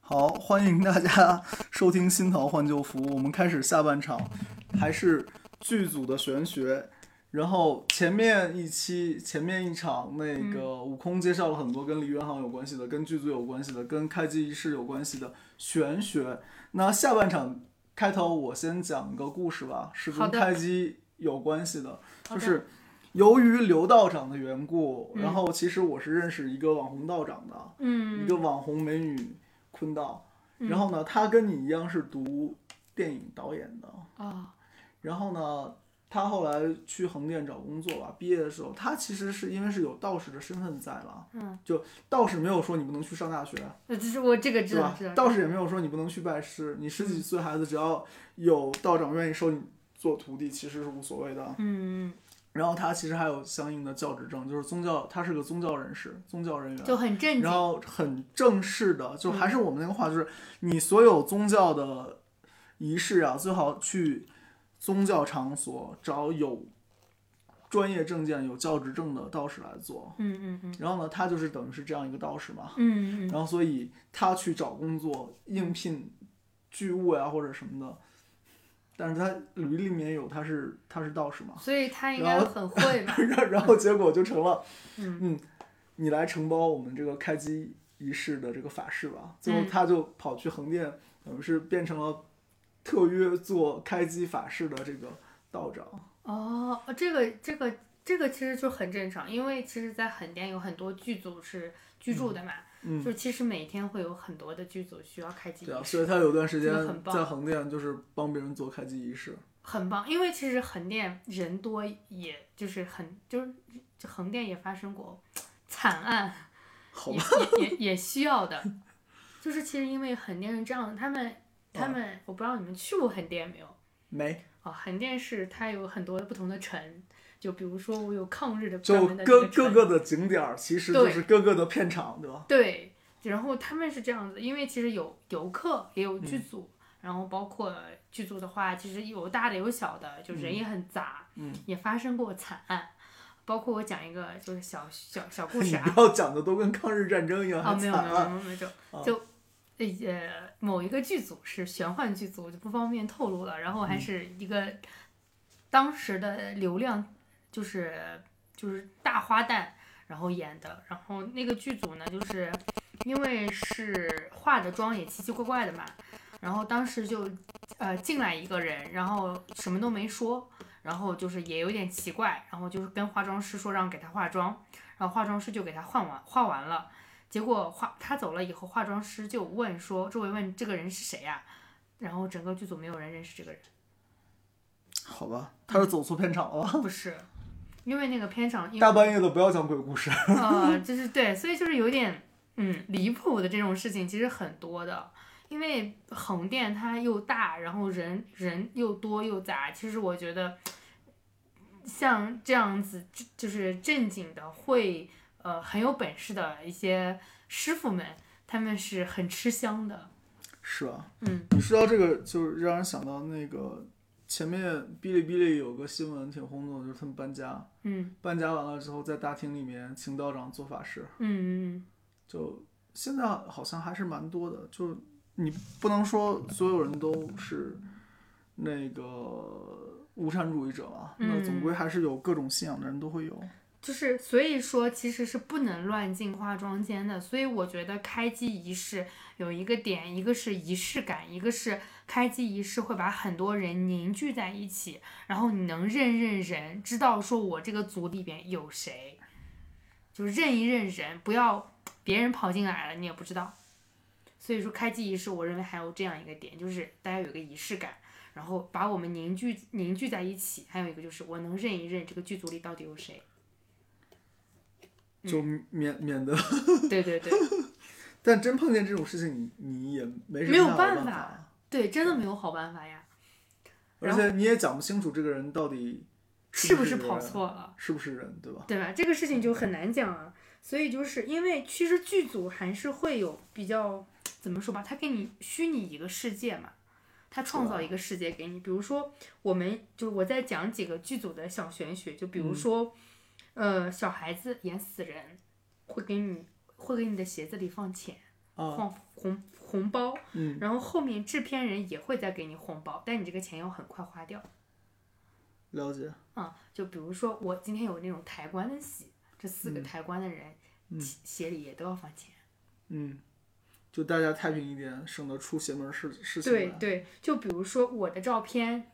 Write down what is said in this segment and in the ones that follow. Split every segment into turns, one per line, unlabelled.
好，欢迎大家收听新桃换旧符，我们开始下半场，还是剧组的玄学。然后前面一期、前面一场那个悟空介绍了很多跟梨园行有关系的、跟剧组有关系的、跟开机仪式有关系的玄学。那下半场开头我先讲一个故事吧，是
好
跟
的
开机有关系的，就
好的
是由于刘道长的缘故，然
嗯
后其实我是认识一个网红道长的，一
嗯
个网红美女坤道，然后呢，她跟你一样是读电影导演的，
啊，
然后呢，她后来去横店找工作吧，毕业的时候，她其实是因为是有道士的身份在了，
嗯，
就道士没有说你不能去上大学，
呃，这是我这个知
对
道
吧
知？道，
道士也没有说你不能去拜师，你十几
嗯
岁孩子只要有道长愿意收你做徒弟，其实是无所谓的。
嗯，
然后她其实还有相应的教职证，就是宗教，她是个宗教人士，宗教人员，
嗯就很正经
然，后很正式的，就还是我们那个话，就是你所有宗教的仪式啊，最好去宗教场所找有专业证件、有教职证的道士来做。
嗯嗯嗯
然后呢，他就是等于是这样一个道士嘛，
嗯嗯，
然后所以他去找工作应聘剧务呀、或者什么的，但是他履历里面有他是他是道士嘛，
所以他应
然
该
后
很会吧？
然后然后结果就成了，
嗯
你来承包我们这个开机仪式的这个法事吧。最后
嗯
他就跑去横店，等于是变成了特约做开机法事的这个道长。
哦，这个这个这个其实就很正常，因为其实，在横店有很多剧组是居住的嘛，
嗯，
就其实每天会有很多的剧组需要开机
对啊，
仪
所以
式，
他有段时间
这个很棒
在横店就是帮别人做开机仪式。
很棒。因为其实横店人多，也就是很就是就横店也发生过惨案，
好
也
吧，
也也也需要的。就是其实因为横店是这样的，他们他
嗯
们、我不知道你们去过横店没有
没
啊？横店是它有很多不同的城，就比如说我有抗日的专
就
门的那
各
个
各
城
个的景点儿其实就
对
是各个的片场，对吧？
对，然后他们是这样子，因为其实有游客也有
嗯
剧组，然后包括剧组的话，其实有大的有小的，就人也很杂，
嗯
也发生过惨案。包括我讲一个就是小小小故
你
事啊，
不要讲的都跟抗日战争一样
哦，
还
没有
惨
没有没有
啊！
没有没有，就呃某一个剧组是玄幻剧组，就不方便透露了。然后还
嗯
是一个当时的流量，就是就是大花旦，然后演的。然后那个剧组呢，就是因为是化的妆也奇奇怪怪的嘛，然后当时就呃进来一个人，然后什么都没说，然后就是也有点奇怪，然后就是跟化妆师说让给他化妆，然后化妆师就给他换完化完了。结果化他走了以后，化妆师就问说：“周围问这个人是谁呀、然后整个剧组没有人认识这个人，
好吧，他是走错片场了吧？
不是，因为那个片场，因为
大半夜的不要讲鬼故事。
呃，就是对，所以就是有点嗯离谱的这种事情其实很多的，因为横店它又大，然后人人又多又杂，其实我觉得像这样子就就是正经的会呃很有本事的一些师傅们，他们是很吃香的，
是吧？
嗯，
你说到这个，就是让人想到那个前面哔哩哔哩有个新闻挺轰动的，就是他们搬家，
嗯
搬家完了之后在大厅里面请道长做法事，
嗯嗯
就现在好像还是蛮多的，就你不能说所有人都是那个无产主义者吧，
嗯
那总归还是有各种信仰的人都会有。
就是所以说其实是不能乱进化妆间的，所以我觉得开机仪式有一个点，一个是仪式感，一个是开机仪式会把很多人凝聚在一起，然后你能认认人，知道说我这个组里边有谁，就认一认人，不要别人跑进来了你也不知道。所以说开机仪式，我认为还有这样一个点，就是大家有一个仪式感。然后把我们凝聚凝聚在一起，还有一个就是我能认一认这个剧组里到底有谁。
就
嗯
免免得，
对对对
但真碰见这种事情，你你也没什么
没有
太好
办
办
法对，真的没有好办法呀，
而且你也讲不清楚这个人到底
是
不
不
是啊
是跑
人
错了？
是不是人，对吧？
对吧？这个事情就很难讲啊。所以就是因为其实剧组还是会有比较怎么说吧，他给你虚拟一个世界嘛，他创造一个世界给你。比如说我们就是我在讲几个剧组的小玄学，就比如说，呃，小孩子演死人，会给你会给你的鞋子里放钱，
啊
换红红包，
嗯
然后后面制片人也会再给你红包，但你这个钱要很快花掉
了解，
啊、就比如说我今天有那种抬棺的喜，这四个抬棺的人，
嗯
喜鞋里也都要放钱。
嗯，就大家太平一点，省得出邪门事事情来。
对对，就比如说我的照片，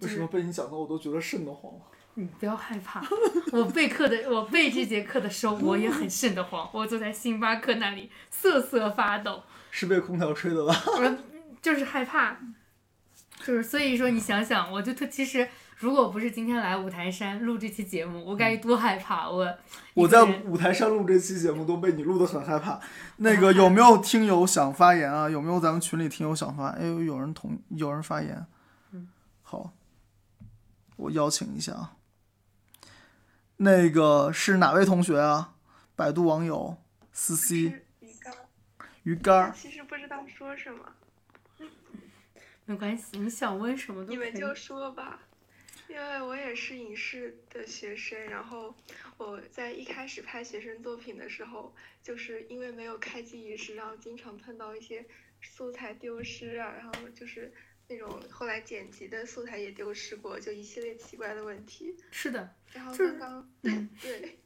为什么被你讲到我都觉得瘆得慌了？
你不要害怕。我备课的，我备这节课的时候，我也很瘆得慌。我坐在星巴克那里瑟瑟发抖，
是被空调吹的吧？
就是害怕，就是所以说你想想，我就特其实如果不是今天来五台山录这期节目，我该多害怕！我
嗯我
一个
在
人
五台山录这期节目都被你录得很害怕。那个有没有听友想发言啊？有没有咱们群里听友想发？哎呦，有人同有人发言，
嗯
好，我邀请一下啊。那个是哪位同学啊？百度网友思思
是鱼竿。
鱼竿儿，
其实不知道说什么，
没关系，你想问什么都
你
可
们
以。
就说吧。因为我也是影视的学生，然后我在一开始拍学生作品的时候，就是因为没有开机仪式，然后经常碰到一些素材丢失啊，然后就是那种后来剪辑的素材也丢失过，就一系列奇怪的问题。
是的，
然后
就是
刚刚对对，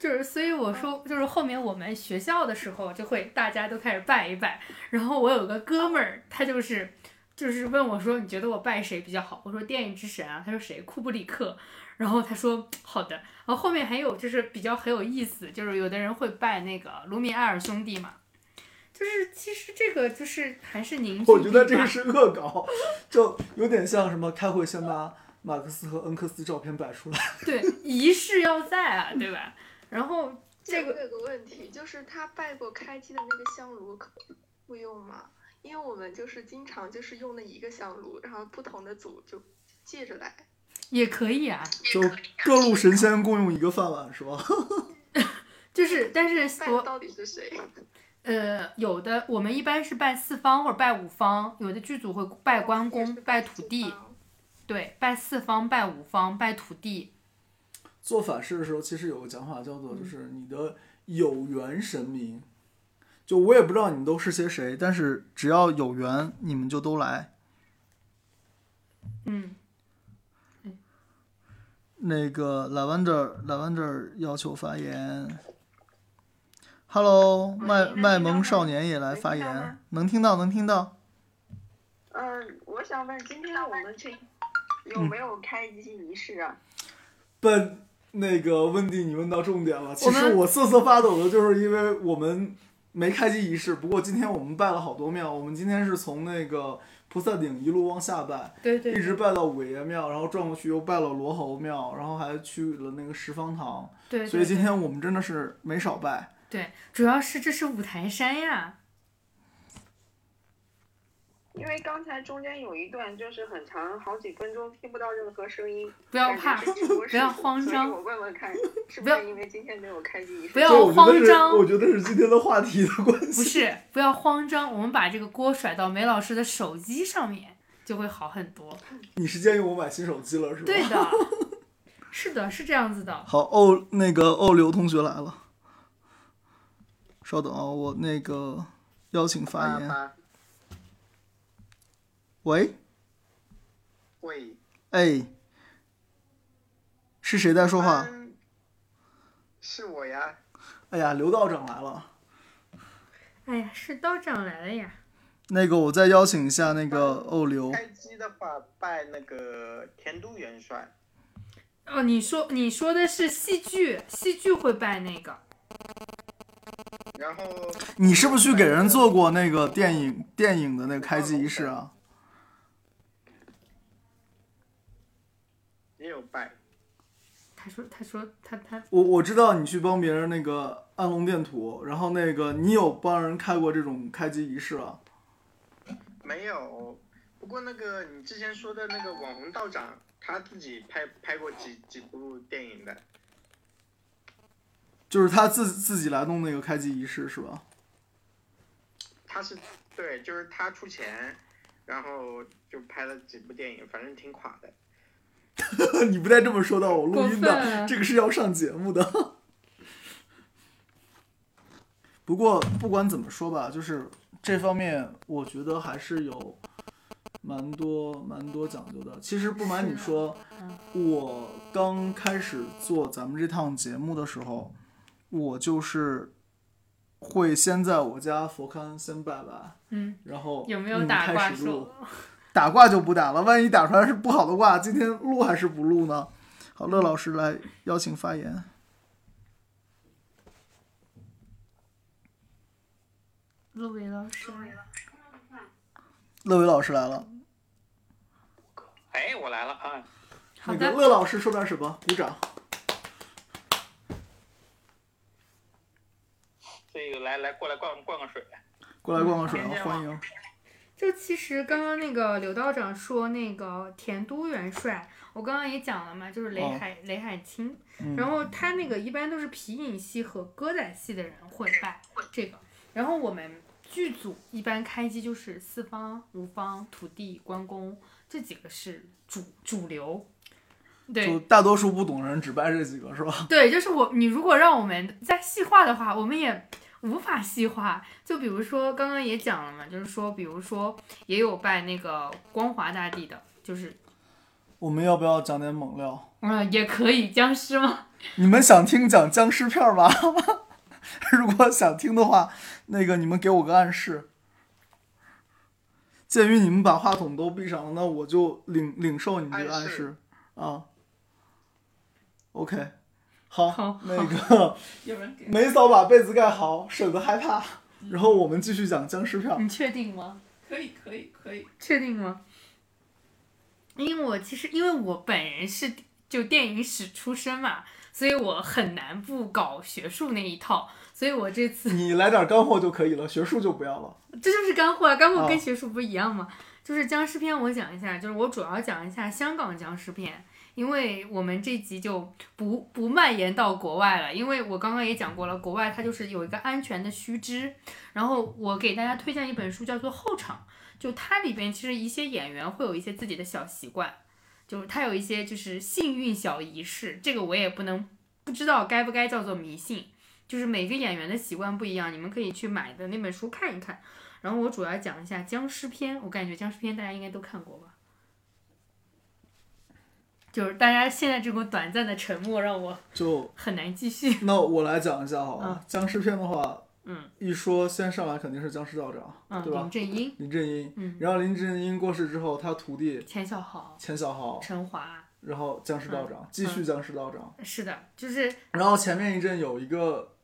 就是所以我说，就是后面我们学校的时候，就会大家都开始拜一拜。然后我有个哥们儿，他就是就是问我说，你觉得我拜谁比较好？我说电影之神啊，他说谁？库布里克。然后他说好的。然后后面还有就是比较很有意思，就是有的人会拜那个卢米埃尔兄弟嘛。就是其实这个就是还是凝聚
我觉得
力
这个
吧
是恶搞，就有点像什么开会先把马克思和恩克斯照片摆出来。
对仪式要在啊，对吧？然后这个
我有个问题，就是他拜过开机的那个香炉可不用吗？因为我们就是经常就是用那一个香炉，然后不同的组就借着来。
也可以啊，
就各路神仙共用一个饭碗是吧？
就是但是
拜
我
的到底是谁？
呃，有的我们一般是拜四方或者拜五方，有的剧组会拜关公、拜土地，对，拜四方、拜五方、拜土地。
做法事的时候，其实有个讲法叫做，就是
嗯
你的有缘神明，就我也不知道你们都是些谁，但是只要有缘，你们就都来。
嗯，
那个 Lavender Lavender 要求发言。Hello，卖卖萌少年也来发言，能听到能听到。
嗯，我想问，今天我们这
嗯
有没有开机仪式啊？
笨，那个温迪，你问到重点了。其
我们
实我瑟瑟发抖的，就是因为我们没开机仪式。不过今天我们拜了好多庙，我们今天是从那个菩萨顶一路往下拜，
对
一直拜到五爷庙，然后转过去又拜了罗侯庙，然后还去了那个十方堂。
对，
所以
对
今天我们真的是没少拜。
对，主要是这是五台山呀，
因为刚才中间有一段就是很长，好几分钟听不到任何声音，
不要
感觉
怕，
是直播
不
事
要
故
慌
所以
张
我问问看，是
不
不
要
是因为今天没有开机仪式？
这
不要
我觉
慌
得是，
张
我，觉得是今天的话题的关系。
不是，不要慌张，我们把这个锅甩到梅老师的手机上面，就会好很多。
你是建议我买新手机了是吧？
对的，是的，是这样子的。
好，哦，那个哦，刘同学来了，稍等啊、我那个邀请发言。
妈，
喂，
喂，
哎，是谁在说话？
嗯是我呀，
哎呀，刘道长来了。
哎呀，是道长来了呀，
那个，我再邀请一下那个哦刘。
嗯开机的话拜那个田都元帅，
哦，你说你说的是戏剧，戏剧会拜那个。
然后
你是不是去给人做过那个电影电影的那个开机仪式啊？
也有拜，
他说：“他说他他
我我知道你去帮别人那个按龙电图，然后那个你有帮人开过这种开机仪式啊？
没有。不过那个你之前说的那个网红道长，他自己拍拍过几几部电影的，
就是他自自己来弄那个开机仪式是吧？
他是对，就是他出钱，然后就拍了几部电影，反正挺垮的。
你不带这么说到我录
过
音
分啊
的，
了
这个是要上节目的。不过不管怎么说吧，就是这方面我觉得还是有蛮多蛮多讲究的。其实不瞒你说，
啊
我刚开始做咱们这趟节目的时候，我就是会先在我家佛龛先拜拜，
嗯，
然后
有没
嗯
有打
开
挂
始录
数？
打卦就不打了，万一打出来是不好的卦，今天录还是不录呢？好，乐老师来邀请发言。
陆伟老师，
乐伟老师来了，
哎，我来了啊！
好
那个
的，
乐老师说点什么？鼓掌。
这个来来过来灌灌个水。啊
过来灌灌水
嗯
啊，欢迎。
就其实刚刚那个刘道长说那个田都元帅，我刚刚也讲了嘛，就是雷
哦
海、雷海清，
嗯
然后他那个一般都是皮影戏和歌仔戏的人会拜这个，然后我们剧组一般开机就是四方、五方、土地、关公这几个是主主流。
就
对
大多数不懂的人只拜这几个是吧？
对，就是我你如果让我们再细化的话，我们也无法细化。就比如说刚刚也讲了嘛，就是说，比如说也有拜那个光华大帝的，就是
我们要不要讲点猛料？
嗯也可以僵尸吗？
你们想听讲僵尸片吗？ 如果想听的话，那个你们给我个暗示。鉴于你们把话筒都闭上了，那我就领领受你们这个暗
暗
示
示
啊。OK，好，
好
那个
有人给
没早把被子盖好，省得害怕。然后我们继续讲僵尸片。
你确定吗？
可以可以可以，
确定吗？因为我其实因为我本人是就电影史出身嘛，所以我很难不搞学术那一套，所以我这次
你来点干货就可以了，学术就不要了。
这就是干货啊，干货
哦
跟学术不一样嘛。就是僵尸片，我讲一下，就是我主要讲一下香港僵尸片，因为我们这集就不不蔓延到国外了，因为我刚刚也讲过了，国外它就是有一个安全的须知。然后我给大家推荐一本书，叫做《后场》，就它里边其实一些演员会有一些自己的小习惯，就是它有一些就是幸运小仪式，这个我也不能不知道该不该叫做迷信。就是每个演员的习惯不一样，你们可以去买的那本书看一看。然后我主要讲一下僵尸片，我感觉僵尸片大家应该都看过吧。就是大家现在这种短暂的沉默让我
就
很难继续。
那我来讲一下好了，
嗯
僵尸片的话，
嗯，
一说先上来肯定是僵尸道长，
嗯，
对吧
林？正英、
林正英，
嗯
然后林正英过世之后，他徒弟
钱小豪、
钱小豪，
陈华，
然后僵尸道长、
嗯
继续僵尸道长，
是的，就是
然后前面一阵有一个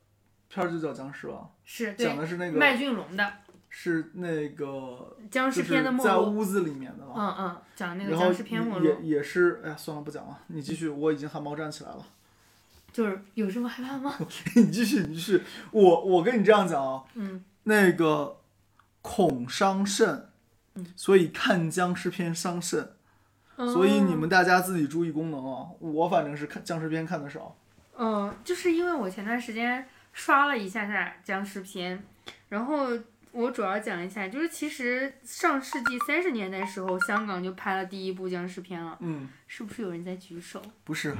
片儿就叫僵尸王，
是对
讲的是那
麦
个
俊龙的
是那个
僵
就
尸片的
是
末
在
路，
屋子里面的嘛，
嗯嗯，讲那个
然后
僵尸片末
也
路，
也是，哎呀，算了，不讲了，你继续，我已经汗毛站起来了。
就是有这么害怕吗？
你继续，你继续。我我跟你这样讲啊，
嗯，
那个恐伤肾，
嗯
所以看僵尸片伤肾，
哦
所以你们大家自己注意功能啊。我反正是看僵尸片看的少，
嗯，就是因为我前段时间刷了一下下僵尸片，然后我主要讲一下，就是其实上世纪三十年代时候，香港就拍了第一部僵尸片了，
嗯，
是不是有人在举手？
不 是。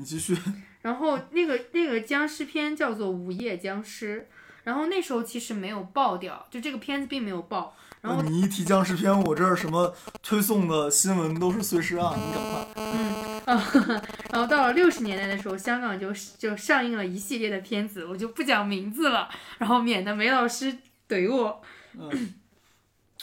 你继续，
然后那个那个僵尸片叫做《午夜僵尸》，然后那时候其实没有爆掉，就这个片子并没有爆， 然后
你一提僵尸片，我这儿什么推送的新闻都是碎尸案，你赶快。
然后到了六十年代的时候，香港就就上映了一系列的片子，我就不讲名字了，然后免得梅老师怼我。
嗯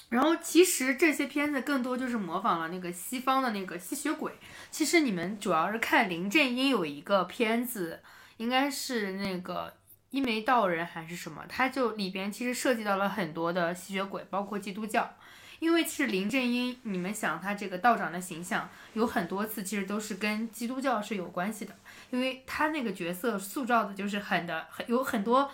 然后其实这些片子更多就是模仿了那个西方的那个吸血鬼。其实你们主要是看林正英有一个片子，应该是那个一眉道人还是什么，他就里边其实涉及到了很多的吸血鬼，包括基督教。因为其实林正英，你们想他这个道长的形象，有很多次其实都是跟基督教是有关系的，因为他那个角色塑造的就是很的很有很多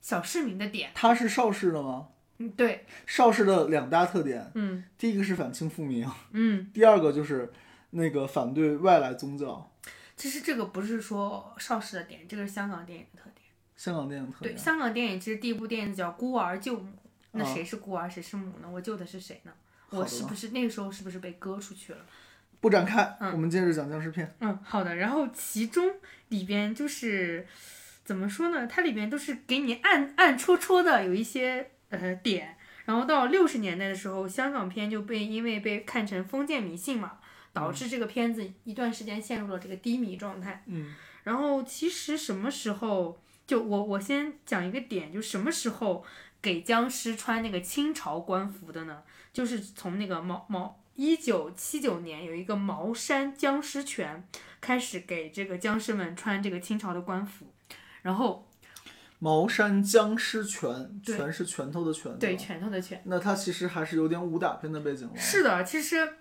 小市民的点。
他是邵氏的吗？
嗯，对，
邵氏的两大特点，
嗯
第一个是反清复明，
嗯，
第二个就是那个反对外来宗教。
其实这个不是说邵氏的点，这个是香港电影的特点。
香港电影特
对，
点，
香港电影其实第一部电影叫《孤儿救母》，那
啊
谁是孤儿，谁是母呢？我救的是谁呢？
好
我
的
是不是那个时候是不是被割出去了？
不展开，
嗯
我们接着讲僵尸片。
嗯，好的。然后其中里边就是怎么说呢？它里面都是给你暗暗戳戳的有一些呃点，然后到六十年代的时候，香港片就被因为被看成封建迷信嘛，导致这个片子一段时间陷入了这个低迷状态。
嗯
然后其实什么时候，就我我先讲一个点，就什么时候给僵尸穿那个清朝官服的呢？就是从那个毛毛一九七九年有一个茅山僵尸拳开始给这个僵尸们穿这个清朝的官服，然后
茅山僵尸拳，
对
拳是拳头的拳，
对
吧
拳头的拳。
那它其实还是有点武打片的背景了。
是的，其实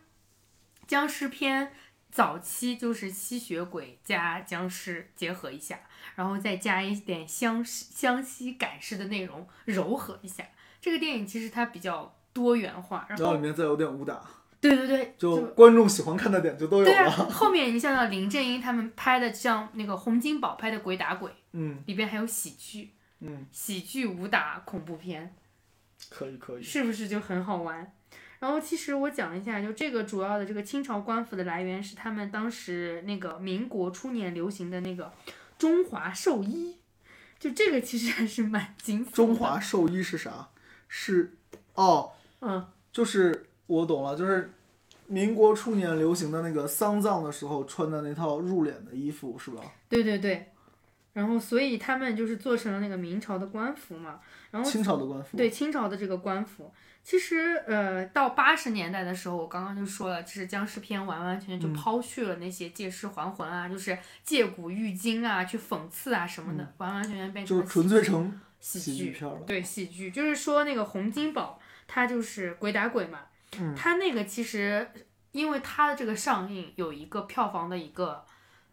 僵尸片早期就是吸血鬼加僵尸结合一下，然后再加一点湘西湘西赶尸的内容糅合一下。这个电影其实它比较多元化，然
然后
后
里面再有点武打，
对对对，
就观众喜欢看的点就都有
对啊，
了。
后面你像到林正英他们拍的，像那个洪金宝拍的《鬼打鬼》，
嗯
里边还有喜剧、
嗯，
喜剧、武打、恐怖片，
可以可以。
是不是就很好玩？然后其实我讲一下，就这个主要的这个清朝官服的来源是他们当时那个民国初年流行的那个中华寿衣，就这个其实还是蛮精彩。
中华，寿衣是啥？是哦，
嗯，
就是我懂了，就是民国初年流行的那个丧葬的时候穿的那套入殓的衣服，是吧？
对对对。然后所以他们就是做成了那个明朝的官服嘛，然后
清朝的官服。
对，清朝的这个官服，其实呃，到八十年代的时候，我刚刚就说了，就是僵尸片完完全全
嗯
就抛去了那些借尸还魂啊，就是借古喻今啊，去讽刺啊什么的，完完全全变成
嗯就是纯粹
了喜剧
成喜
喜
剧
剧
片了。
对喜剧，就是说那个洪金宝他就是鬼打鬼嘛，
嗯
他那个其实因为他的这个上映有一个票房的一个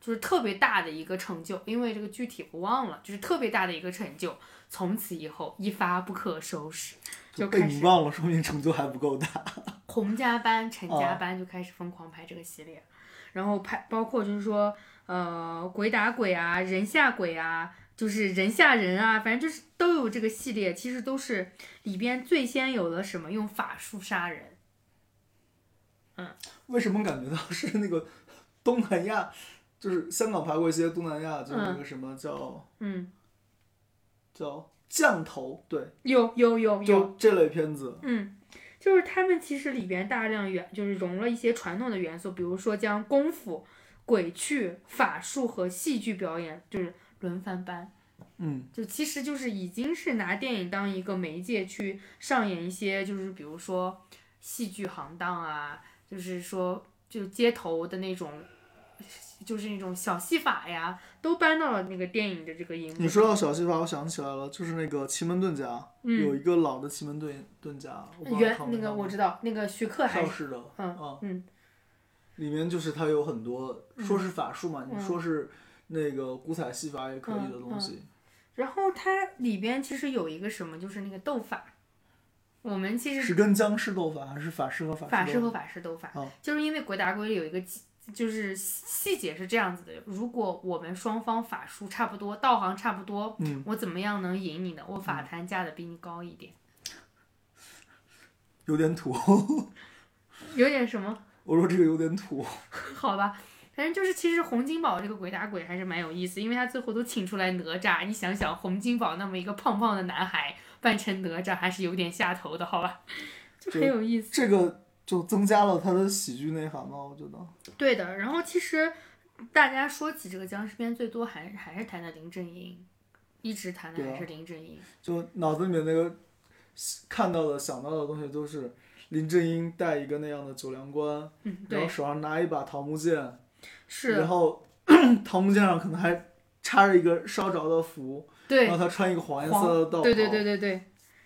就是特别大的一个成就，因为这个具体我忘了，就是特别大的一个成就，从此以后一发不可收拾，就
被
开
你
始
忘了，说明成就还不够大。
洪家班、陈
哦
家班就开始疯狂拍这个系列，然后拍包括就是说，呃，鬼打鬼啊，人吓鬼啊，就是人吓人啊，反正就是都有这个系列，其实都是里边最先有了什么用法术杀人，
为什么感觉到是那个东南亚，就是香港拍过一些东南亚，就是那个什么叫、
嗯，
叫降头，对，
有有有有，
就这类片子。
嗯。就是他们其实里边大量元就是融了一些传统的元素，比如说将功夫、鬼趣、法术和戏剧表演就是轮番搬，
嗯，
就其实就是已经是拿电影当一个媒介去上演一些，就是比如说戏剧行当啊，就是说就街头的那种，就是那种小戏法呀，都搬到了那个电影的这个荧幕。
你说到小戏法，我想起来了，就是那个奇门遁甲，
嗯
有一个老的奇门遁遁甲，我不知道
原
看没
那个
看过
我知道，那个徐克还
邵
是
氏的，
嗯
啊，
嗯
里面就是它有很多，说是法术嘛，你
嗯
说是那个古彩戏法也可以的东西。
然后它里边其实有一个什么，就是那个斗法，我们其实
是跟僵尸斗法，还是法师和法师？
嗯法师和嗯
法。
法师斗法，
哦
就是因为鬼打鬼里有一个细就是细节是这样子的：如果我们双方法术差不多，道行差不多，
嗯
我怎么样能赢你呢？我法坛架的比你高一点，
有点土，
有点什么？
我说这个有点土。
好吧。反正就是，其实洪金宝这个鬼打鬼还是蛮有意思，因为他最后都请出来哪吒。你想想，洪金宝那么一个胖胖的男孩扮成哪吒，还是有点下头的，好吧？ 就很有意思。
这个就增加了它的喜剧内涵吧，我觉得。
对的，然后其实大家说起这个僵尸片，最多还还是谈的林正英，一直谈的
对啊
还是林正英。
就脑子里面那个看到的、想到的东西都是林正英戴一个那样的九连冠，
嗯，
然后
对，
手上拿一把桃木剑，
是
然
的，
后 桃木剑上可能还插着一个烧着的符，
对
然后，他穿一个黄颜
黄
色的道袍。
对对对对对。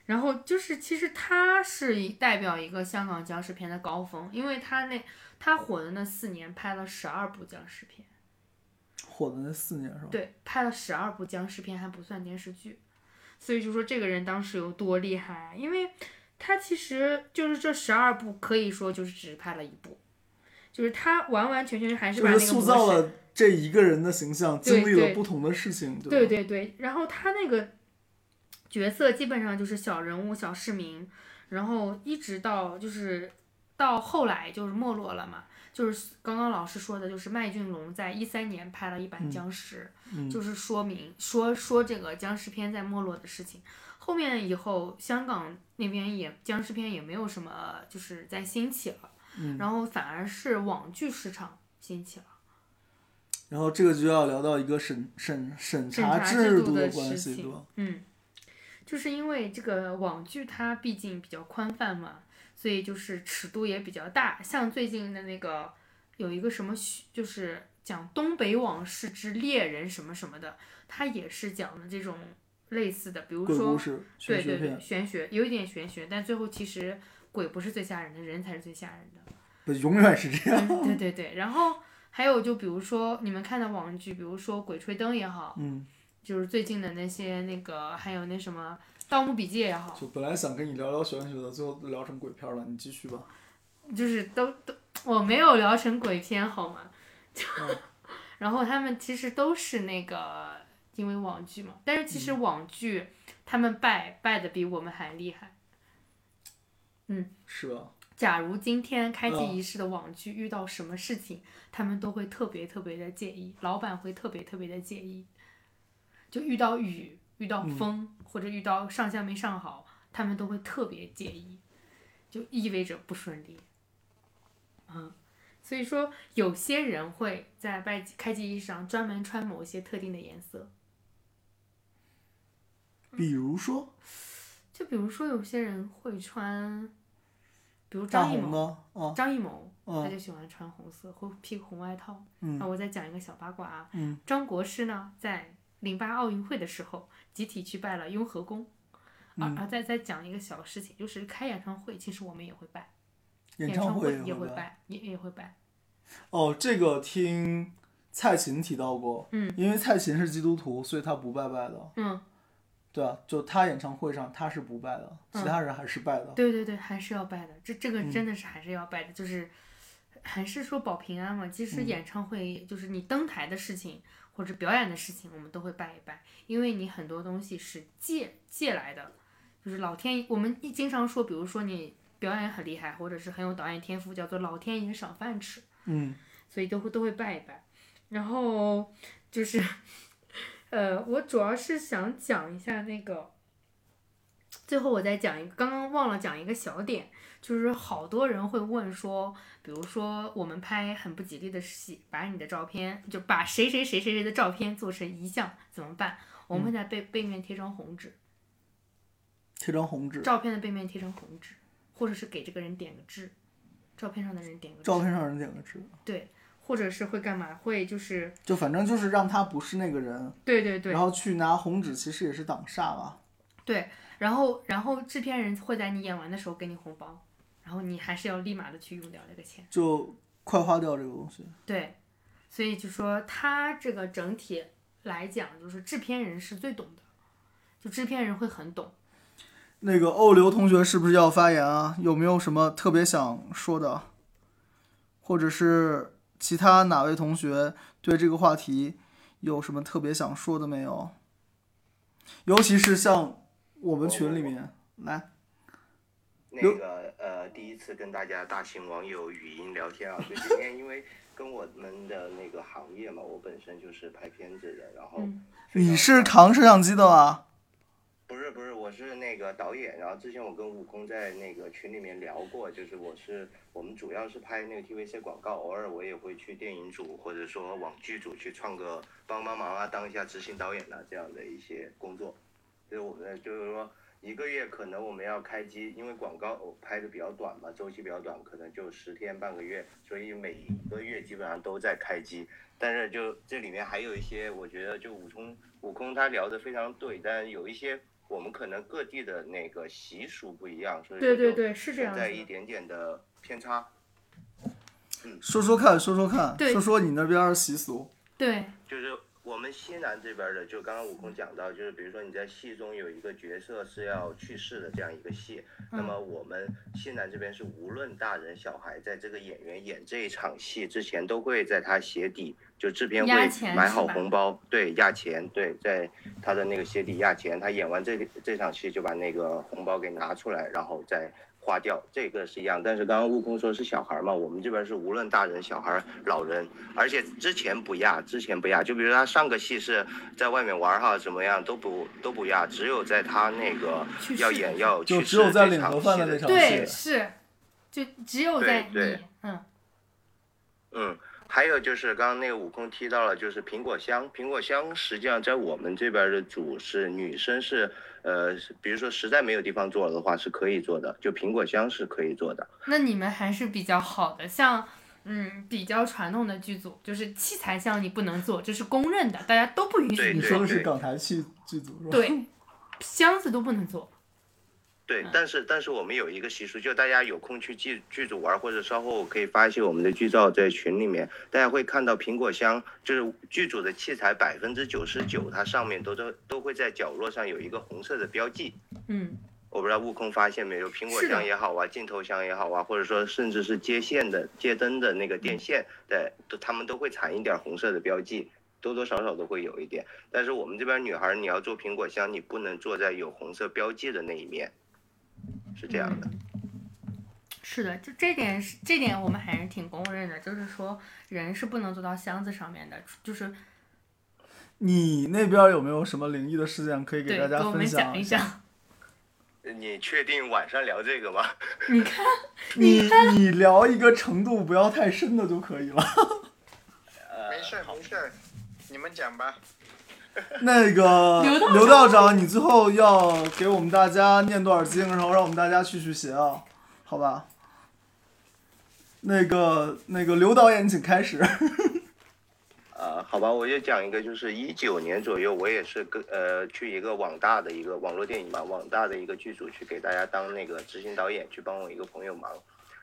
然后就是，其实他是一代表一个香港僵尸片的高峰，因为他那他火的那四年拍了十二部僵尸片，
火的那四年是吧？
对，拍了十二部僵尸片还不算电视剧，所以就说这个人当时有多厉害啊，因为他其实就是这十二部可以说就是只拍了一部，就是他完完全全还是
就
把那
是
个
塑
模
造
式
了这一个人的形象，
对
经历了
对
不同的事情，对吧？
对对对，然后他那个角色基本上就是小人物、小市民，然后一直到就是到后来就是没落了嘛，就是刚刚老师说的，就是麦浚龙在一三年拍了一版
嗯
僵尸，
嗯
就是说明说说这个僵尸片在没落的事情。后面以后香港那边也僵尸片也没有什么就是在兴起了，
嗯
然后反而是网剧市场兴起了。
然后这个就要聊到一个审审审
审
查
查
制
度
的
事
关系，对
情
吧？，
嗯，就是因为这个网剧它毕竟比较宽泛嘛，所以就是尺度也比较大。像最近的那个有一个什么虚，就是讲东北往事之猎人什么什么的，它也是讲的这种类似的，比如
鬼
说
故事、
对
玄学
对对
片，
玄学，有一点玄学，但最后其实鬼不是最吓人的，人才是最吓人的。
不永远是这 样。
嗯对对对，然后还有就比如说你们看的网剧，比如说《鬼吹灯》也好，
嗯，
就是最近的那些那个，还有那什么《盗墓笔记》也好，
就本来想跟你聊聊玄学的，最后聊成鬼片了，你继续吧。
就是都都我没有聊成鬼片好吗？
嗯
然后他们其实都是那个因为网剧嘛，但是其
嗯
实网剧他们败败的比我们还厉害。
是吧？
假如今天开机
嗯
仪式的网剧遇到什么事情，他们都会特别特别的介意，老板会特别特别的介意。就遇到雨、遇到
嗯
风、或者遇到上线没上好，他们都会特别介意，就意味着不顺利。嗯，所以说有些人会在拜开机仪式上专门穿某些特定的颜色，嗯
比如说
就比如说有些人会穿，比如
大
张艺
红
谋。
呢？啊，
张艺谋，
嗯
他就喜欢穿红色，会披红外套。
嗯
啊，我再讲一个小八卦啊。
嗯
张国师呢，在零八奥运会的时候，集体去拜了雍和宫。啊，
嗯
然后再再讲一个小事情，就是开演唱会，其实我们也会拜，
演
唱
唱会
也会
吧
拜，也也会拜。
哦，这个听蔡琴提到过，
嗯，
因为蔡琴是基督徒，所以她不拜拜的。
嗯，
对啊，就她演唱会上她是不拜的，其他人还是拜的。嗯
嗯对对对，还是要拜的。这这个真的是还是要拜的，就是还是说保平安嘛。其
嗯
实演唱会就是你登台的事情、或者表演的事情，我们都会拜一拜，因为你很多东西是借借来的，就是老天。我们一经常说，比如说你表演很厉害，或者是很有导演天赋，叫做老天爷赏饭吃。
嗯，
所以都会都会拜一拜。然后就是，呃，我主要是想讲一下那个，最后我再讲一个，刚刚忘了讲一个小点，就是好多人会问说，比如说我们拍很不吉利的戏，把你的照片就把谁谁谁谁谁的照片做成遗像怎么办？我
嗯
们会在背背面贴张红纸，
贴张红纸，
照片的背面贴张红纸，或者是给这个人点个痣，照片上的人点个
照
痣，
片上人点个痣，
对，或者是会干嘛？会就是
就反正就是让他不是那个人，
对对对
然，后去拿红纸，其实也是挡煞吧。
对，然后然后制片人会在你演完的时候给你红包，然后你还是要立马的去用掉这个钱。
就快花掉这个东西。
对，所以就说他这个整体来讲，就是制片人是最懂的，就制片人会很懂。
那个欧刘同学是不是要发言啊？有没有什么特别想说的，或者是其他哪位同学对这个话题有什么特别想说的没有？尤其是像我们群里面来，
那
刘
个呃，第一次跟大家大型网友语音聊天啊，就今天因为跟我们的那个行业嘛，我本身就是拍片子的，然后
嗯
非常
你是扛摄像机的吗？
不是不是，我是那个导演，然后之前我跟悟空在那个群里面聊过，就是我是我们主要是拍那个 TVC 广告，偶尔我也会去电影组或者说网剧组去串个帮帮忙啊，当一下执行导演啊这样的一些工作。所以我们就是说一个月可能我们要开机，因为广告拍的比较短嘛，周期比较短，可能就十天半个月，所以每一个月基本上都在开机。但是就这里面还有一些，我觉得就悟空悟空他聊的非常对，但有一些我们可能各地的那个习俗不一样，所以
对
说
对
就
对，是这样
存
子
在一
的。
点点的偏差。
说说看，说说看，
对
说说你那边儿习俗。
对，
就是我们西南这边的，就刚刚悟空讲到，就是比如说你在戏中有一个角色是要去世的这样一个戏，那么
嗯
我们西南这边是无论大人小孩，在这个演员演这一场戏之前，都会在他鞋底就制片
压钱
会买好
是吧
红包，对，压钱，对，在他的那个鞋底压钱，他演完这这场戏就把那个红包给拿出来，然后再花掉，这个是一样。但是刚刚悟空说是小孩嘛，我们这边是无论大人、小孩、老人，而且之前不压，之前不压。就比如他上个戏是在外面玩哈，怎么样都不都不压，只有在他那个
去世
要演要
就
去
只
世
有在
这
领
场
盒饭的
戏
那场
对，
戏，
是，就只有在
对对
你，嗯，
嗯，还有就是刚刚那个悟空提到了，就是苹果香，苹果香实际上在我们这边的主是女生是，呃，是比如说实在没有地方做的话是可以做的，就苹果香是可以做的。
那你们还是比较好的，像嗯比较传统的剧组，就是器材像你不能做，这是公认的，大家都不允许
对
你
你
说
做，
的是
对
港台剧剧组是吧？
对，箱子都不能做，
对，但是但是我们有一个习俗，就大家有空去剧剧组玩，或者稍后我可以发一些我们的剧照在群里面，大家会看到苹果箱，就是剧组的器材百分之九十九，它上面都都都会在角落上有一个红色的标记。
嗯，
我不知道悟空发现没有，苹果
是的
箱也好啊，镜头箱也好啊，或者说甚至是接线的接灯的那个
嗯
电线，对，都他们都会缠一点红色的标记，多多少少都会有一点。但是我们这边女孩，你要做苹果箱，你不能坐在有红色标记的那一面，是这样的。
嗯是的，就这点是这点我们还是挺公认的，就是说人是不能坐到箱子上面的，就是
你那边有没有什么灵异的事件可以给
对，
大
给
家
我
分
们讲
享
一？讲。嗯
你确定晚上聊这个吗？
你看，
你你聊一个程度不要太深的就可以了。
没事儿没事儿，你们讲吧。
那个
刘道长
刘道长，你最后要给我们大家念多少经，然后让我们大家续续邪啊，好吧？那个那个刘导演，请开始。
呃，好吧，我就讲一个，就是一九年左右，我也是跟呃去一个网大的一个网络电影嘛，网大的一个剧组去给大家当那个执行导演，去帮我一个朋友忙。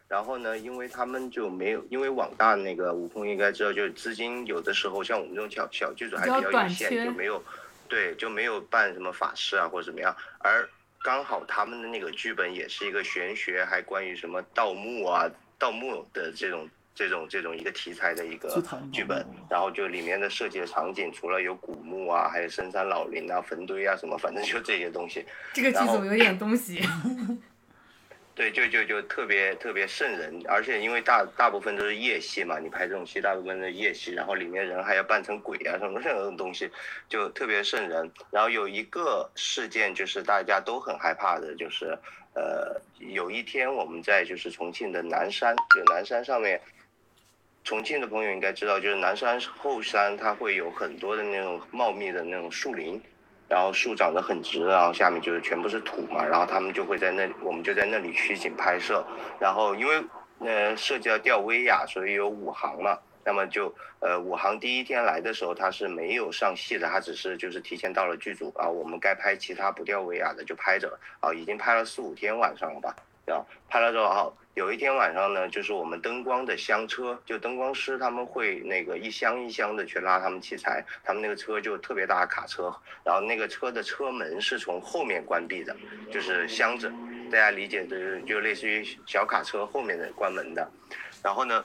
然后呢，因为他们就没有，因为网大那个悟空应该知道，就是资金有的时候像我们这种小小剧组还
比较
比较有
短
限，
缺
就没有对就没有办什么法师啊或者怎么样，而刚好他们的那个剧本也是一个玄学，还关于什么盗墓啊、盗墓的这种这种这种一个题材的一
就
个
谈盗
剧本
墓了，
然后就里面的设计的场景，除了有古墓啊，还有深山老林啊、坟堆啊什么，反正就这些东西。
这个剧
然后
组有点东西，
对，就就就特别特别瘆人，而且因为大大部分都是夜戏嘛，你拍这种戏大部分都是夜戏，然后里面人还要扮成鬼啊什么这种东西，就特别瘆人。然后有一个事件就是大家都很害怕的，就是呃有一天我们在就是重庆的南山，就南山上面。重庆的朋友应该知道，就是南山后山，它会有很多的那种茂密的那种树林，然后树长得很直，然后下面就是全部是土嘛，然后他们就会在那里，我们就在那里取景拍摄，然后因为呃涉及到吊威亚，所以有武行嘛，那么就呃武行第一天来的时候他是没有上戏的，他只是就是提前到了剧组啊，我们该拍其他不吊威亚的就拍着啊，已经拍了四五天晚上了吧，然后拍了之后啊。有一天晚上呢，就是我们灯光的箱车，就灯光师他们会那个一箱一箱的去拉他们器材，他们那个车就特别大的卡车，然后那个车的车门是从后面关闭的，就是箱子，大家理解的就类似于小卡车后面的关门的。然后呢，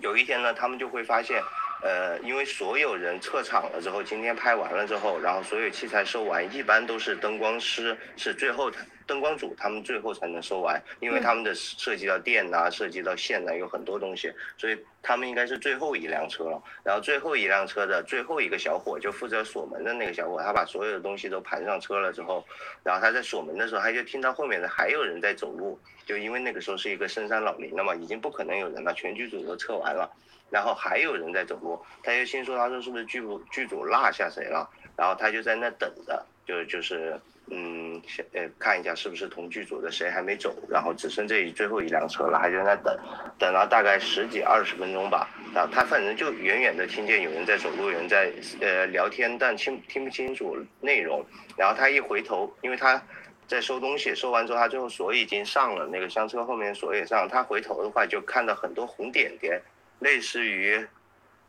有一天呢，他们就会发现，呃，因为所有人撤场了之后，今天拍完了之后，然后所有器材收完，一般都是灯光师是最后才灯光组他们最后才能收完，因为
对
他们的涉及到电呐、涉及到线啊呐、有很多东西，所以他们应该是最后一辆车了。然后最后一辆车的最后一个小伙，就负责锁门的那个小伙，他把所有的东西都盘上车了之后，然后他在锁门的时候，他就听到后面的还有人在走路，就因为那个时候是一个深山老林了嘛，已经不可能有人了，全剧组都撤完了，然后还有人在走路，他就心说他说是不是剧组剧组落下谁了，然后他就在那等着，就就是。嗯，先呃，看一下是不是同剧组的谁还没走，然后只剩这最后一辆车了，还在那等，等了大概十几二十分钟吧，啊，他反正就远远的听见有人在走路，有人在呃聊天，但听听不清楚内容。然后他一回头，因为他在收东西，收完之后他最后锁已经上了，那个厢车后面锁也上了。他回头的话就看到很多红点点，类似于，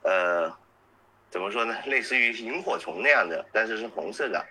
呃，怎么说呢？类似于萤火虫那样的，但是是红色的，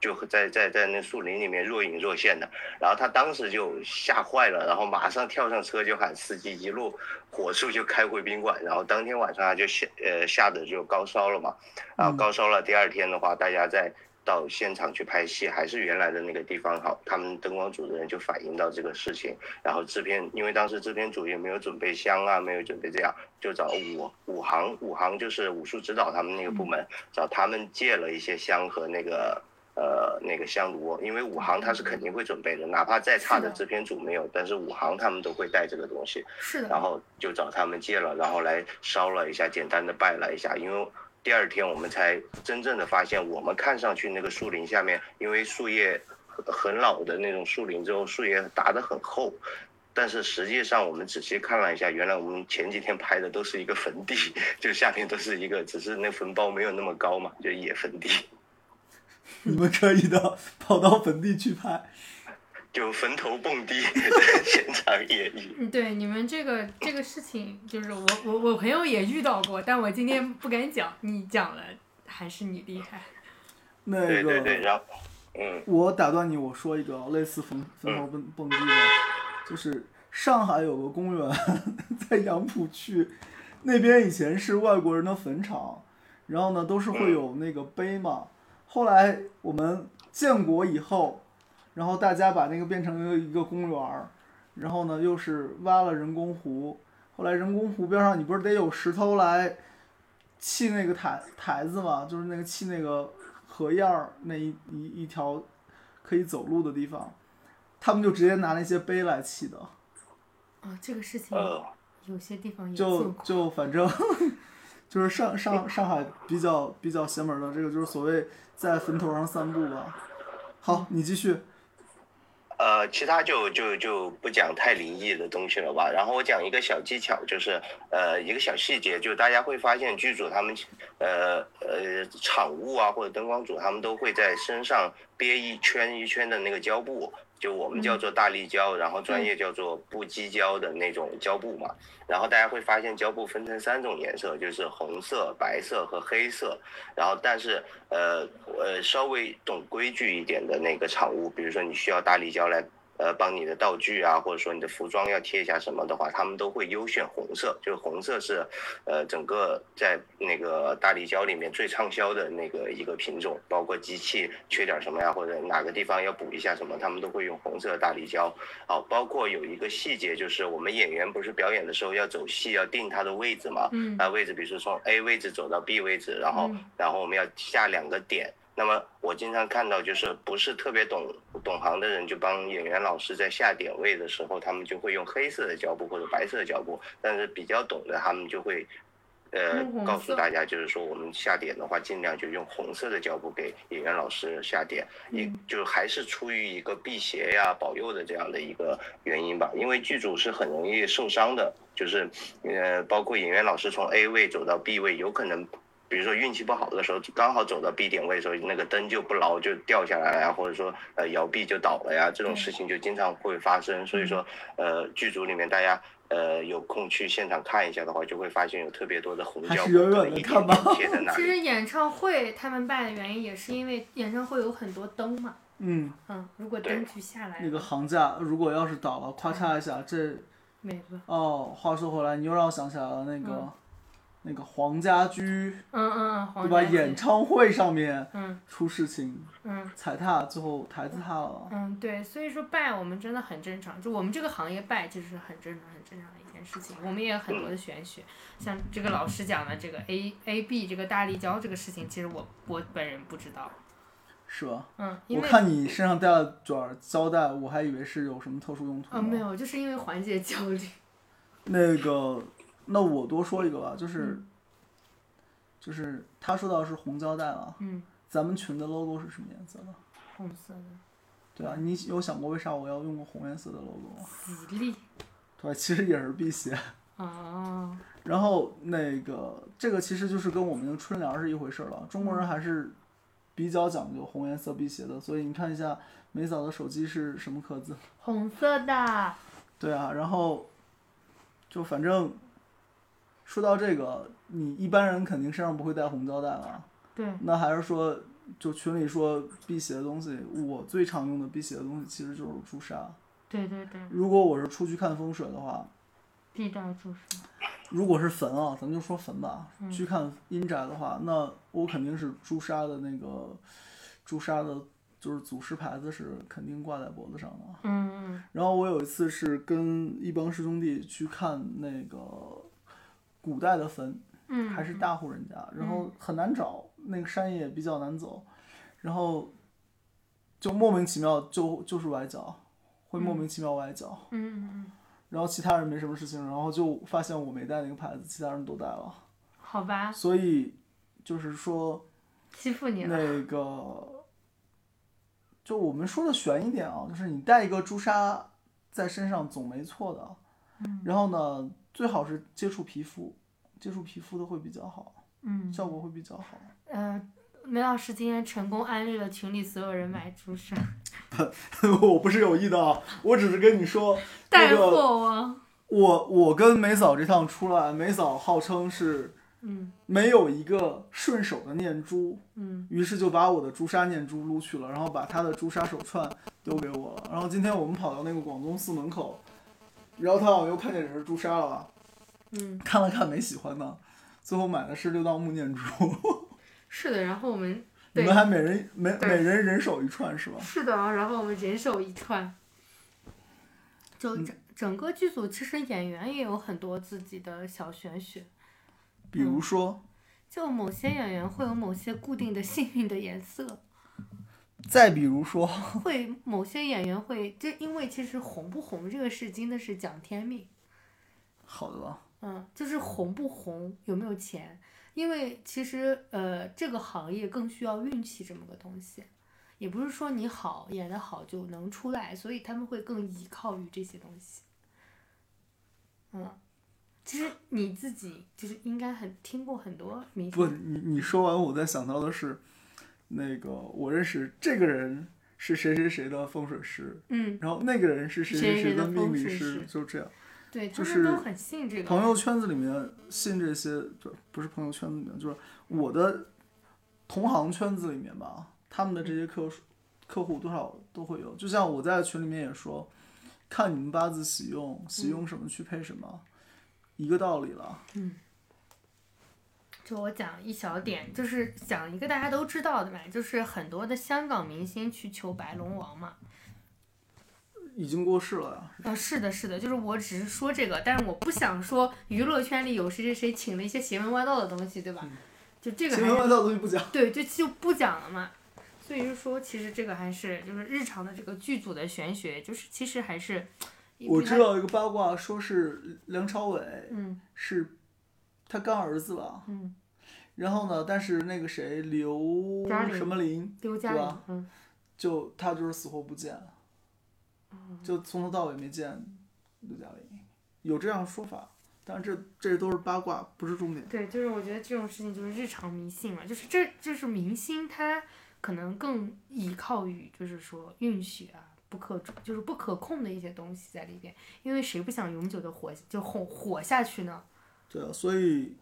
就在在在那树林里面若隐若现的。然后他当时就吓坏了，然后马上跳上车就喊司机一路火速就开回宾馆。然后当啊天晚上他就吓呃吓得就高烧了嘛，然后高烧了。第二天的话，大家在到现场去拍戏，还是原来的那个地方好。他们灯光组的人就反映到这个事情，然后制片因为当时制片组也没有准备箱啊，没有准备这样，就找武武行，武行就是武术指导他们那个
嗯
部门，找他们借了一些箱和那个。呃，那个香炉，因为武行他是肯定会准备的，哪怕再差
嗯是
的
的
制片组没有，但是武行他们都会带这个东西。
是
然
的，
后就找他们借了，然后来烧了一下，简单的拜了一下，因为。第二天我们才真正的发现，我们看上去那个树林下面，因为树叶很很老的那种树林之后，树叶打得很厚，但是实际上我们仔细看了一下，原来我们前几天拍的都是一个坟地， 就下面都是一个，只是那坟包没有那么高嘛，就野坟地。
你们可以的，跑到本地去拍。
就坟头蹦迪，现场演绎。
嗯，对，你们这个这个事情，就是我我我朋友也遇到过，但我今天不敢讲，你讲了还是你厉害。
那个，
对对对，然后，嗯，
我打断你，我说一个类似坟坟头蹦蹦迪的，就是上海有个公园，在杨浦区，那边以前是外国人的坟场，然后呢都是会有那个碑嘛。后来我们建国以后，然后大家把那个变成了一个公园儿，然后呢又是挖了人工湖，后来人工湖边上你不是得有石头来砌那个台台子嘛，就是那个砌那个河沿儿那一一一条可以走路的地方，他们就直接拿那些碑来砌的，
哦，这个事情
呃，
有些地方也做
就
过。
就反正就是上上上海比较比较邪门儿的这个就是所谓在坟头上散步吧。好，你继续。
呃，其他就就就不讲太灵异的东西了吧。然后我讲一个小技巧，就是呃一个小细节，就大家会发现剧组他们呃呃场务啊或者灯光组他们都会在身上憋一圈一圈的那个胶布，就我们叫做大力胶，然后专业叫做不积胶的那种胶布嘛。然后大家会发现胶布分成三种颜色，就是红色、白色和黑色。然后但是呃呃稍微懂规矩一点的那个场务，比如说你需要大力胶来呃帮你的道具啊，或者说你的服装要贴一下什么的话，他们都会优选红色，就是红色是呃整个在那个大力胶里面最畅销的那个一个品种，包括机器缺点什么呀，或者哪个地方要补一下什么，他们都会用红色的大力胶。好、包括有一个细节就是我们演员不是表演的时候要走戏，要定他的位置嘛，
嗯
啊位置，比如说从 A 位置走到 B 位置，然后
嗯
然后我们要下两个点。那么我经常看到，就是不是特别懂懂行的人，就帮演员老师在下点位的时候，他们就会用黑色的胶布或者白色的胶布，但是比较懂的他们就会。呃
用嗯红，
告诉
色
大家就是说，我们下点的话，尽量就用红色的胶布给演员老师下点，也
嗯
就是还是出于一个辟邪呀、保佑的这样的一个原因吧。因为剧组是很容易受伤的，就是呃，包括演员老师从 A 位走到 B 位，有可能。比如说运气不好的时候，刚好走到 B 点位的时候，那个灯就不牢就掉下来了呀，或者说呃摇臂就倒了呀，这
嗯
种
对
事情就经常会发生。所以说，呃，剧组里面大家呃有空去现场看一下的话，就会发现有特别多的红
还
胶
是
布
远远
可能
地
一
看
点
吧
点贴在那
其
里。
实演唱会他们办的原因也是因为演唱会有很多灯嘛，
嗯，
嗯，如果
对
灯具下来
那个
了
行价如果要是倒了，咔嚓一下，这
美了，
哦，话说回来，你又让我想起来了，那个、
嗯
那个黄家驹，
嗯嗯嗯，
对
黄
吧？
家驹
演，唱会上面
嗯
出事情，
嗯
踩踏，最后台子塌了。
嗯，对，所以说拜我们真的很正常，就我们这个行业拜就是很正常、很正常的一件事情。我们也有很多的玄学，像这个老师讲的这个 A A B 这个大力胶这个事情，其实我我本人不知道，
是吧？
嗯，因
我
为。
看你身上带了卷儿胶带，我还以为是有什么特殊用途。
啊、没。有，就是因为缓解焦虑。
那个，那我多说一个吧，就是，
嗯
就是他说到是红胶带了，
嗯，
咱们群的 logo 是什么颜色的？
红色的
对啊，你有想过为啥我要用个红颜色的 logo 吗？
吉利
对，其实也是辟邪。
哦，
然后那个，这个其实就是跟我们的春联儿是一回事儿了。中
嗯
国人还是比较讲究红颜色辟邪的，所以你看一下梅嫂的手机是什么壳子？
红色的，
对啊，然后就反正说到这个，你一般人肯定身上不会带红胶带吧？
对，
那还是说，就群里说辟邪的东西，我最常用的辟邪的东西其实就是朱砂。
对对对，
如果我是出去看风水的话，
必带注射。
如果是坟啊，咱们就说坟吧，去看阴宅的话，那我肯定是朱砂的那个朱砂的，就是祖师牌子是肯定挂在脖子上的啊。
嗯
然后我有一次是跟一帮师兄弟去看那个古代的坟，
嗯，
还是大户人家，然后很难找，那个山也比较难走，然后就莫名其妙就就是崴脚，会莫名其妙崴脚，
嗯嗯，嗯
然后其他人没什么事情，然后就发现我没带那个牌子，其他人都带了，
好吧，
所以就是说
欺负你了，
那个，就我们说的悬一点啊，就是你带一个朱砂在身上总没错的，啊然后呢，最好是接触皮肤，接触皮肤的会比较好，
嗯，
效果会比较好。
呃，梅老师今天成功安利了群里所有人买朱 砂，
我不是有意的啊，我只是跟你说，
带
那
货哦
个
王，
我我跟梅嫂这趟出来，梅嫂号称是
嗯
没有一个顺手的念珠，
嗯
于是就把我的朱砂念珠撸去了，然后把她的朱砂手串丢给我了。然后今天我们跑到那个广宗寺门口，然后她好像又看见这是朱砂了，
嗯，
看了看没喜欢呢，最后买的是六道木念 珠。
是的，然后我们
你
对
们还每人每
对
每人人手一串是吧？
是的，哦然后我们人手一串。整整整个剧组其实演员也有很多自己的小玄学，
比
嗯
如说
就某些演员会有某些固定的幸运的颜色，
再比如说，
会某些演员会就因为其实红不红这个事真的是讲天命，
好的吧，
嗯，就是红不红有没有钱，因为其实呃这个行业更需要运气这么个东西，也不是说你好演得好就能出来，所以他们会更依靠于这些东西，嗯。其实你自己就是应该很听过很多明
不，
星，
你你说完，我在想到的是，那个我认识这个人是谁谁谁的风水师，
嗯，
然后那个人是谁
谁
谁
谁的
的命
风
理
水
师，
师
就这样。
对，
就
他们都
是
很信这个。
朋友圈子里面信这些，不不是朋友圈子里面，就是我的同行圈子里面吧，他们的这些客数客户多少都会有。就像我在群里面也说，看你们八字喜用，喜用什么去配什么，一个道理了。
就我讲一小点，就是讲一个大家都知道的嘛，就是很多的香港明星去求白龙王嘛。
已经过世了呀，
呃，是的，是的，就是我只是说这个，但是我不想说娱乐圈里有谁谁谁请了一些邪门歪道的东西，对吧？
嗯
就这个
新
还
闻
是
外道东西不讲。
对，就就不讲了嘛。所以就说，其实这个还是就是日常的这个剧组的玄学，就是其实还是
我知，道一个八卦，说是梁朝伟
嗯
是他干儿子吧，
嗯，
然后呢，但是那个谁刘
嘉玲
什么林，
刘嘉
对
玲
吧，
嗯，
就他就是死活不见，就从头到尾没见刘嘉玲，有这样说法，但是这这都是八卦，不是重点。
对，就是我觉得这种事情就是日常迷信嘛，就是这就是明星他可能更依靠于就是说运气啊，不可就是不可控的一些东西在里边，因为谁不想永久的活就活活下去呢？
对啊，所以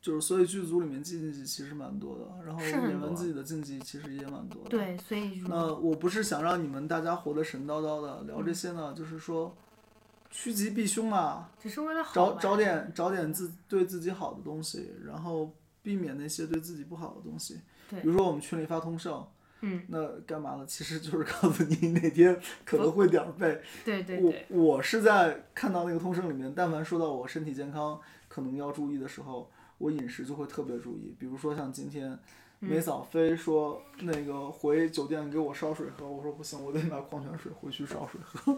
就是所以剧组里面禁忌其实蛮多的，然后
是很
演员
多
自己的禁忌其实也蛮多的。
对，所以如
那我不是想让你们大家活得神叨叨的聊这些呢，就是说趋吉避凶啊，
只是为了好
找
玩
找点找点自对自己好的东西，然后避免那些对自己不好的东西。
对
比如说我们群里发通胜，
嗯，
那干嘛呢？其实就是告诉你哪天可能会点儿背。
对对对，
我我是在看到那个通胜里面，但凡说到我身体健康可能要注意的时候，我饮食就会特别注意。比如说像今天，
嗯
梅嫂非说那个回酒店给我烧水喝，我说不行，我得买矿泉水回去烧水喝。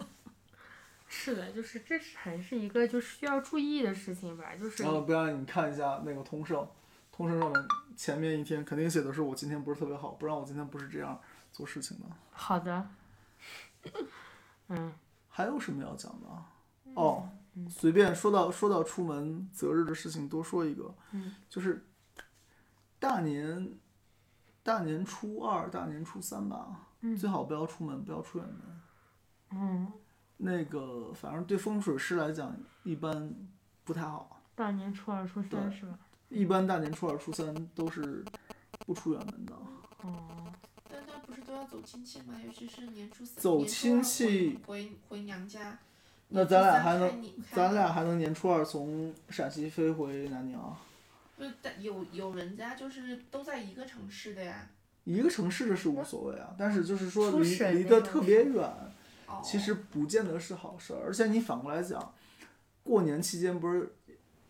是的，就是这是还是一个就是需要注意的事情吧，就是
然后不然你看一下那个通胜，通胜上面前面一天肯定写的是我今天不是特别好，不然我今天不是这样做事情的。
好的，嗯。
还有什么要讲的啊？哦，随便说到说到出门择日的事情，多说一个，
嗯
就是大年大年初二、大年初三吧，
嗯
最好不要出门，不要出远门。
嗯，
那个，反正对风水师来讲，一般不太好。
大年初二、初三
对
是吧？
一般大年初二、初三都是不出远门的。
哦，
大家不是都要走亲戚吗？尤其是年初三，
走
年初
亲
二
戚
回回回娘家。
那
年初
咱俩
三
还
看
能
你，看
咱
你
俩还能年初二从陕西飞回南宁啊？
不是但有有人家就是都在一个城市的呀，
一个城市这是无所谓啊，但是就是说
出
离
省
离
那
得
种
特
是
别远，其
哦
实不见得是好事儿。而且你反过来讲，过年期间不是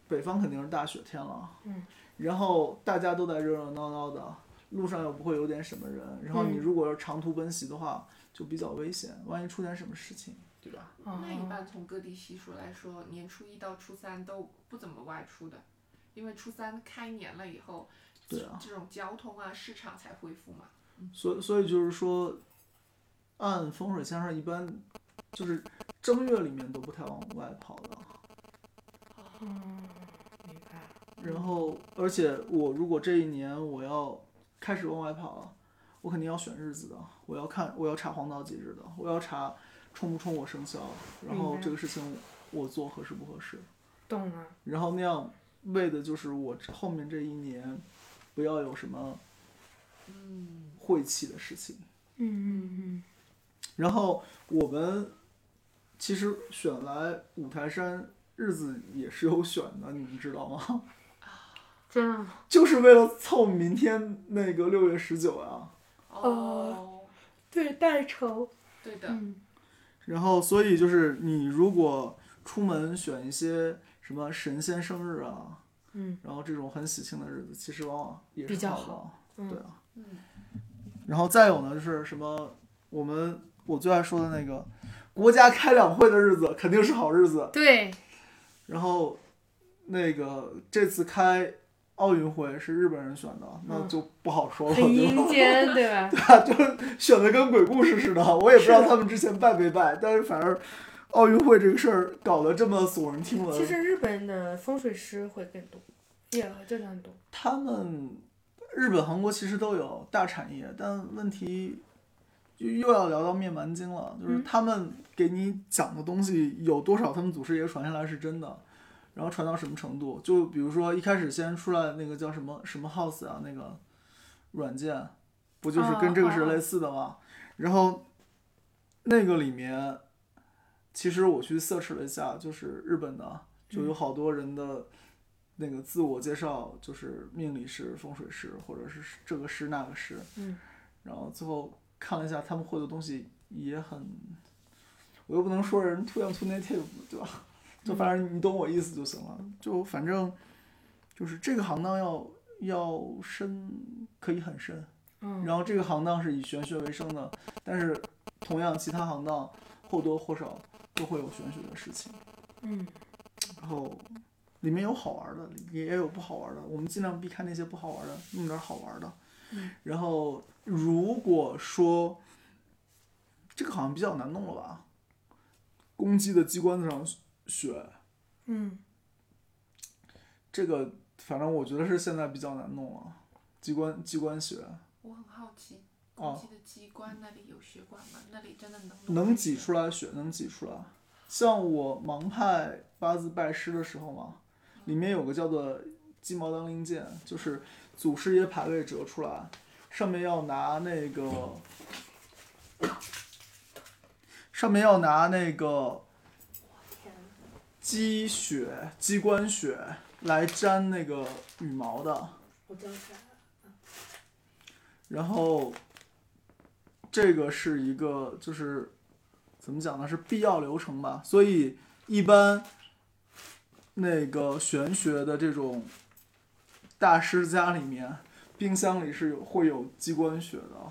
北方肯定是大雪天了，
嗯，
然后大家都在热热闹闹的，路上又不会有点什么人，然后你
嗯
如果是长途奔袭的话，就比较危险，万一出点什么事情，对吧？
那一般从各地习俗来说，年初一到初三都不怎么外出的，因为初三开年了以后，
对啊
这种交通啊、市场才恢复嘛。
所以所以就是说，按风水先生一般就是正月里面都不太往外跑的。
嗯，明白了。
然后，而且我如果这一年我要开始往外跑了，我肯定要选日子的，我要看，我要查黄道吉日的，我要查冲不冲我生肖，然后
明白
这个事情我做合适不合适，
懂了，
然后那样为的就是我后面这一年不要有什么
嗯，
晦气的事情。
嗯嗯
然后我们其实选来五台山日子也是有选的，你们知道吗？
嗯，真的吗？
就是为了凑明天那个六月十九啊。
哦，
对，带仇。
对的，
嗯，
然后，所以就是你如果出门选一些什么神仙生日啊，
嗯，
然后这种很喜庆的日子，其实往往也
比
是
较
的
好
对
嗯
啊。
嗯，
然后再有呢，就是什么我们我最爱说的那个国家开两会的日子肯定是好日子。
对，
然后那个这次开奥运会是日本人选的，那
嗯
就不好说了，
很
对
阴
吧？
间，对吧？
他就是选的跟鬼故事似的，我也不知道
是
他们之前拜没拜，但是反正奥运会这个事儿搞得这么耸人听闻。
其实日本的风水师会更多，也这样多。
他们日本、韩国其实都有大产业，但问题就又要聊到面蛮经了，就是
嗯
他们给你讲的东西有多少他们祖师爷传下来是真的，然后传到什么程度？就比如说一开始先出来那个叫什么什么 House 啊，那个软件，不就是
哦
跟这个是
哦哦
类似的吗？然后那个里面，其实我去 search 了一下，就是日本的，就有
嗯
好多人的那个自我介绍，就是命理师、风水师，或者是这个师那个师，
嗯，
然后最后看了一下他们会的东西也很，我又不能说人 too young too native，对吧？就反正你懂我意思就行了。就反正就是这个行当要要深，可以很深。
嗯，
然后这个行当是以玄学为生的，但是同样其他行当或多或少都会有玄学的事情。
嗯，
然后里面有好玩的，也也有不好玩的，我们尽量避开那些不好玩的，弄点好玩的。然后如果说这个好像比较难弄了吧，公鸡的鸡冠子上雪，
嗯，
这个反正我觉得是现在比较难弄了，鸡冠鸡冠雪
我很好奇，
哦
公鸡的鸡冠那里有血管吗？那里真的能弄
能
出
挤
血
出来雪，能挤出来。像我盲派八字拜师的时候嘛，里面有个叫做鸡毛当令箭，就是祖师爷牌位折出来，上面要拿那个，上面要拿那个鸡血、鸡冠血来粘那个羽毛的，
我知道啥啊了。
然后这个是一个就是怎么讲呢？是必要流程吧。所以一般那个玄学的这种大师家里面，冰箱里是有会有鸡冠血的，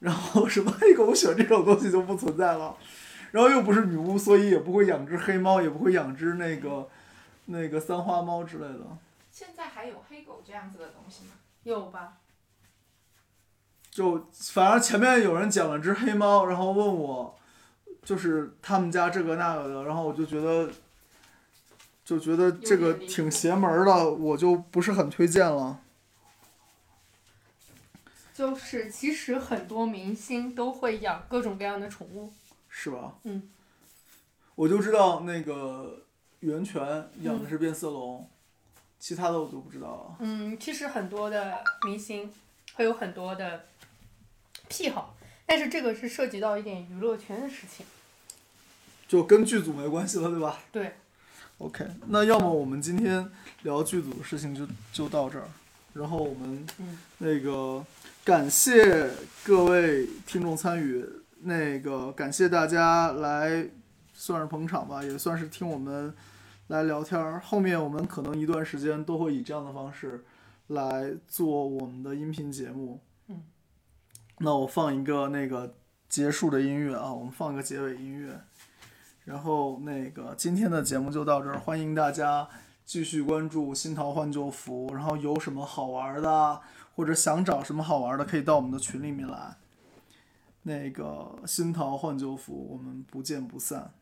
然后什么黑狗血这种东西就不存在了。然后又不是女巫，所以也不会养只黑猫，也不会养只那个那个三花猫之类的。
现在还有黑狗这样子的东西吗？
有吧？
就反正前面有人讲了只黑猫，然后问我，就是他们家这个那个的，然后我就觉得，就觉得这个挺邪门儿的，我就不是很推荐了。
就是其实很多明星都会养各种各样的宠物。
是吧？
嗯。
我就知道那个源泉养的是变色龙，其他的我就不知道了。
嗯，其实很多的明星会有很多的癖好，但是这个是涉及到一点娱乐圈的事情。
就跟剧组没关系了，对吧？
对。
OK，那要么我们今天聊剧组的事情就就到这儿。然后我们
嗯
那个感谢各位听众参与，那个感谢大家来算是捧场吧，也算是听我们来聊天儿。后面我们可能一段时间都会以这样的方式来做我们的音频节目。
嗯，
那我放一个那个结束的音乐啊，我们放个结尾音乐。然后那个今天的节目就到这儿，欢迎大家继续关注新桃换旧符，然后有什么好玩儿的，或者想找什么好玩儿的，可以到我们的群里面来。那个新桃换旧符，我们不见不散。